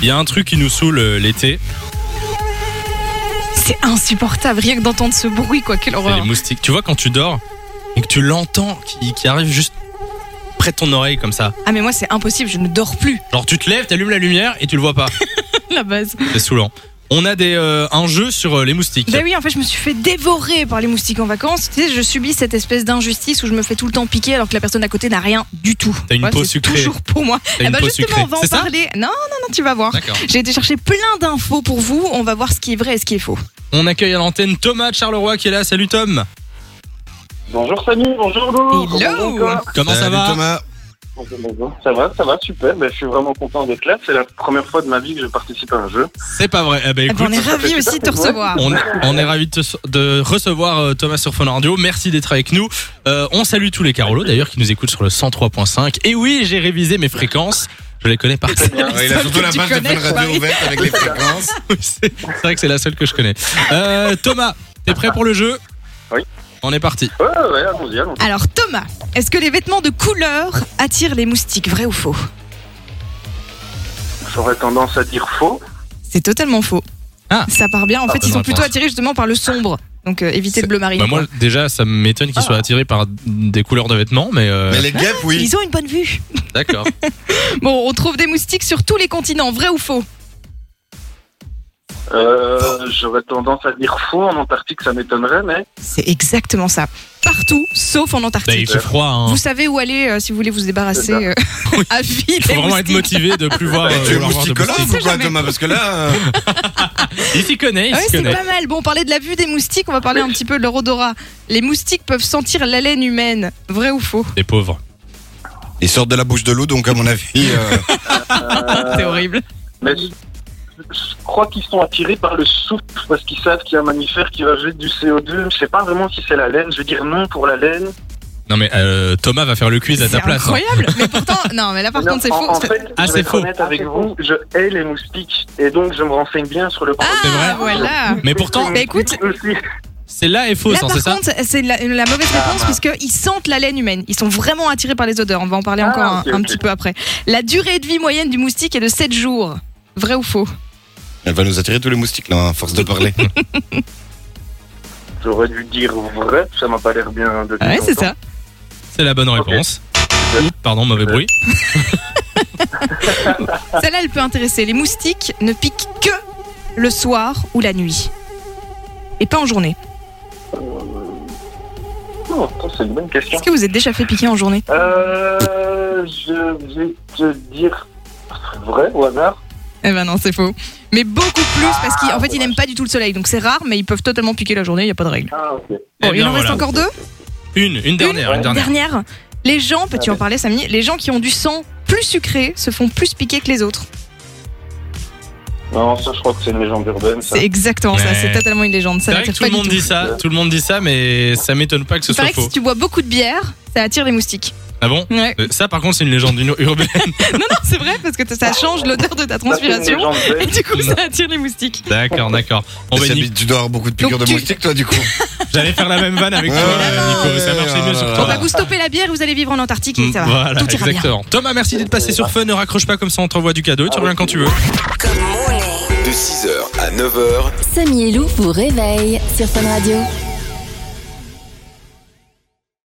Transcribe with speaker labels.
Speaker 1: Il y a un truc qui nous saoule euh, l'été,
Speaker 2: C'est insupportable, rien que d'entendre ce bruit, quoi. Quelle
Speaker 1: c'est les
Speaker 2: horreur.
Speaker 1: moustiques. Tu vois quand tu dors et que tu l'entends qui, qui arrive juste près de ton oreille comme ça.
Speaker 2: Ah, mais moi, c'est impossible, je ne dors plus,
Speaker 1: Genre tu te lèves, t'allumes la lumière et tu le vois pas.
Speaker 2: la base.
Speaker 1: C'est saoulant. On a des, euh, un jeu sur euh, les moustiques.
Speaker 2: Bah oui, en fait, je me suis fait dévorer par les moustiques en vacances. Tu sais, je subis cette espèce d'injustice où je me fais tout le temps piquer alors que la personne à côté n'a rien du tout.
Speaker 1: T'as une
Speaker 2: Ouais,
Speaker 1: peau
Speaker 2: c'est
Speaker 1: sucrée.
Speaker 2: Toujours pour moi.
Speaker 1: T'as une
Speaker 2: Eh ben,
Speaker 1: peau
Speaker 2: justement,
Speaker 1: sucrée.
Speaker 2: on va en
Speaker 1: C'est ça
Speaker 2: parler. Non, non, non, tu vas voir.
Speaker 1: D'accord.
Speaker 2: J'ai été chercher plein d'infos pour vous. On va voir ce qui est vrai et ce qui est faux.
Speaker 1: On accueille à l'antenne Thomas de Charleroi qui est là. Salut Tom.
Speaker 3: Bonjour Samy, bonjour Lou.
Speaker 2: Hello. Oh,
Speaker 3: Bonjour, Nicolas.
Speaker 1: Comment ça
Speaker 4: Salut
Speaker 1: va
Speaker 4: Thomas.
Speaker 3: Bonjour, bonjour. Ça va, ça va, super. Ben, je suis vraiment content d'être là. C'est la première fois de ma vie que je participe à un jeu.
Speaker 1: C'est pas vrai. Eh ben,
Speaker 2: Eh ben,
Speaker 1: écoute,
Speaker 2: on est ravis
Speaker 3: ça fait
Speaker 2: aussi de te
Speaker 3: plaisir.
Speaker 2: recevoir.
Speaker 1: on, on est ravis de, te- de recevoir euh, Thomas sur Fun Radio. Merci d'être avec nous. Euh, on salue tous les Carolos d'ailleurs qui nous écoutent sur le 103.5. Et oui, j'ai révisé mes fréquences. Je les connais par cœur.
Speaker 4: Ouais, il a surtout la marque de Fun Radio ouverte avec les fréquences.
Speaker 1: Oui, C'est c'est vrai que c'est la seule que je connais. Euh, Thomas, t'es prêt pour le jeu
Speaker 3: Oui.
Speaker 1: On est parti.
Speaker 3: Ouais, ouais, allons-y, allons-y.
Speaker 2: Alors, Thomas, est-ce que les vêtements de couleur attirent les moustiques, vrai ou faux
Speaker 3: J'aurais tendance à dire faux.
Speaker 2: C'est totalement faux.
Speaker 1: Ah.
Speaker 2: Ça part bien. En
Speaker 3: Ah,
Speaker 2: fait, ils
Speaker 1: bonne
Speaker 2: sont plutôt
Speaker 1: réponse.
Speaker 2: attirés justement par le sombre. Donc, euh, évitez
Speaker 1: C'est-
Speaker 2: le bleu marine.
Speaker 1: Bah moi
Speaker 2: quoi. Ah.
Speaker 1: déjà ça m'étonne qu'ils soient attirés par des couleurs de vêtements mais, euh,
Speaker 4: Mais les guêpes, oui.
Speaker 2: Ils ont une bonne vue.
Speaker 1: d'accord.
Speaker 2: Bon, on trouve des moustiques sur tous les continents, vrai ou faux
Speaker 3: Euh, j'aurais tendance à dire faux. En Antarctique, ça m'étonnerait, mais
Speaker 2: C'est exactement ça. Partout, sauf en
Speaker 1: Bah, il
Speaker 2: Antarctique.
Speaker 1: fait froid hein.
Speaker 2: Vous savez où aller euh, si vous voulez vous débarrasser
Speaker 3: C'est
Speaker 2: euh, à vie des
Speaker 1: Faut vraiment être
Speaker 2: moustiques.
Speaker 1: motivé de plus voir. euh,
Speaker 4: Tu es
Speaker 1: vouloir voir de
Speaker 4: mousticologue
Speaker 2: moustiques.
Speaker 4: ou quoi, Thomas Parce que là, euh,
Speaker 1: moustiques. Il s'y connaît, il
Speaker 2: Ah Ouais,
Speaker 1: s'y
Speaker 2: c'est
Speaker 1: connaît.
Speaker 2: pas mal. Bon, on parlait de la vue des moustiques, on va parler un petit peu de leur odorat. Les moustiques peuvent sentir l'haleine humaine, vrai ou faux
Speaker 1: Des pauvres.
Speaker 4: ils sortent de la bouche de l'eau, donc à mon avis, euh,
Speaker 2: Ah, C'est horrible.
Speaker 3: euh, mais je, je crois qu'ils sont attirés par le souffle parce qu'ils savent qu'il y a un mammifère qui va jeter du CO2. Je sais pas vraiment si c'est la laine. Je vais dire non pour la laine.
Speaker 1: Non mais euh, Thomas va faire le quiz à
Speaker 2: C'est
Speaker 1: ta place. hein.
Speaker 2: incroyable. Mais pourtant, non, mais là par
Speaker 3: Non,
Speaker 2: contre, c'est
Speaker 3: en,
Speaker 2: faux.
Speaker 3: en
Speaker 2: parce que-
Speaker 3: fait,
Speaker 1: Ah,
Speaker 3: je
Speaker 1: c'est
Speaker 3: vais être
Speaker 1: faux.
Speaker 3: honnête avec vous, je hais les moustiques et donc je me renseigne bien sur le.
Speaker 1: c'est vrai.
Speaker 2: Ah, voilà.
Speaker 1: Mais pourtant
Speaker 2: Bah, écoute,
Speaker 3: Aussi.
Speaker 1: c'est là et faux,
Speaker 2: Là,
Speaker 1: hein,
Speaker 2: par
Speaker 1: c'est ça
Speaker 2: contre, c'est la, la mauvaise réponse
Speaker 3: Ah.
Speaker 2: puisqu'ils sentent la laine humaine. Ils sont vraiment attirés par les odeurs. On va en parler
Speaker 3: Ah,
Speaker 2: encore un,
Speaker 3: ok,
Speaker 2: un
Speaker 3: ok.
Speaker 2: petit peu après. La durée de vie moyenne du moustique est de 7 jours. Vrai ou faux
Speaker 4: elle va nous attirer tous les moustiques, là, à force de parler.
Speaker 3: J'aurais dû dire vrai, ça m'a pas l'air bien de
Speaker 2: Ah Ouais, c'est ça.
Speaker 1: C'est la bonne réponse. Oups, Pardon, mauvais
Speaker 3: Ouais.
Speaker 2: Oh,
Speaker 1: bruit.
Speaker 2: Celle-là, elle peut intéresser. Les moustiques ne piquent que le soir ou la nuit. Et pas en journée.
Speaker 3: Non, ça, c'est une bonne question.
Speaker 2: Est-ce que vous êtes déjà fait piquer en journée
Speaker 3: Euh, je vais te dire vrai au hasard.
Speaker 2: Eh ben non, c'est faux. Mais beaucoup plus parce qu'en fait, ils
Speaker 3: Ah, dommage.
Speaker 2: n'aiment pas du tout le soleil. Donc c'est rare, mais ils peuvent totalement piquer la journée. Il n'y a pas de règle.
Speaker 3: Ah, ok.
Speaker 2: Bon,
Speaker 1: Eh
Speaker 2: il
Speaker 1: bien,
Speaker 2: en reste
Speaker 1: voilà.
Speaker 2: encore deux
Speaker 1: Une, une dernière, une,
Speaker 3: Ouais.
Speaker 1: dernière.
Speaker 2: Dernière. Les gens, peux-tu
Speaker 3: Ah
Speaker 2: en parler, Samy Les gens qui ont du sang plus sucré se font plus piquer que les autres.
Speaker 3: Non, ça, je crois que c'est une légende urbaine. Ça.
Speaker 2: C'est exactement ça.
Speaker 1: Ouais.
Speaker 2: C'est totalement une légende.
Speaker 1: C'est
Speaker 2: Ça
Speaker 1: vrai que
Speaker 2: n'attire
Speaker 1: tout le
Speaker 2: pas du
Speaker 1: monde
Speaker 2: tout.
Speaker 1: dit ça, tout le monde dit ça, mais ça m'étonne pas que ce
Speaker 2: Il
Speaker 1: soit
Speaker 2: paraît que si
Speaker 1: faux.
Speaker 2: tu bois beaucoup de bière, ça attire les moustiques.
Speaker 1: Ah bon
Speaker 2: Ouais.
Speaker 1: Euh, Ça par contre c'est une légende ur- urbaine.
Speaker 2: non, non, c'est vrai parce que t- ça change l'odeur de ta
Speaker 3: Ça, Bah, c'est une
Speaker 2: transpiration.
Speaker 3: légende
Speaker 2: Et
Speaker 3: urbaine.
Speaker 2: du coup,
Speaker 1: Bah.
Speaker 2: ça attire les moustiques.
Speaker 1: D'accord, d'accord. bah, On
Speaker 4: Mais
Speaker 1: va
Speaker 4: Samy, Tu dois avoir beaucoup de piqûres
Speaker 2: Donc
Speaker 4: de
Speaker 2: tu-
Speaker 4: moustiques, toi, du coup.
Speaker 1: J'allais faire la même vanne avec toi, euh,
Speaker 4: Ouais,
Speaker 1: Nico. Ça
Speaker 4: ouais,
Speaker 1: marchait
Speaker 4: ouais,
Speaker 1: mieux
Speaker 4: ouais,
Speaker 1: sur
Speaker 4: ouais.
Speaker 1: toi.
Speaker 2: On va vous stopper la bière et vous allez vivre en Antarctique et bah, ça va.
Speaker 1: Bah. Mm, Voilà,
Speaker 2: Tout ira bien.
Speaker 1: exactement. Thomas, merci d'être passé sur Fun. Ne raccroche pas comme ça, on t'envoie du cadeau. Tu reviens quand tu veux.
Speaker 5: Good morning.
Speaker 6: Samy et Lou vous réveille sur Fun Radio.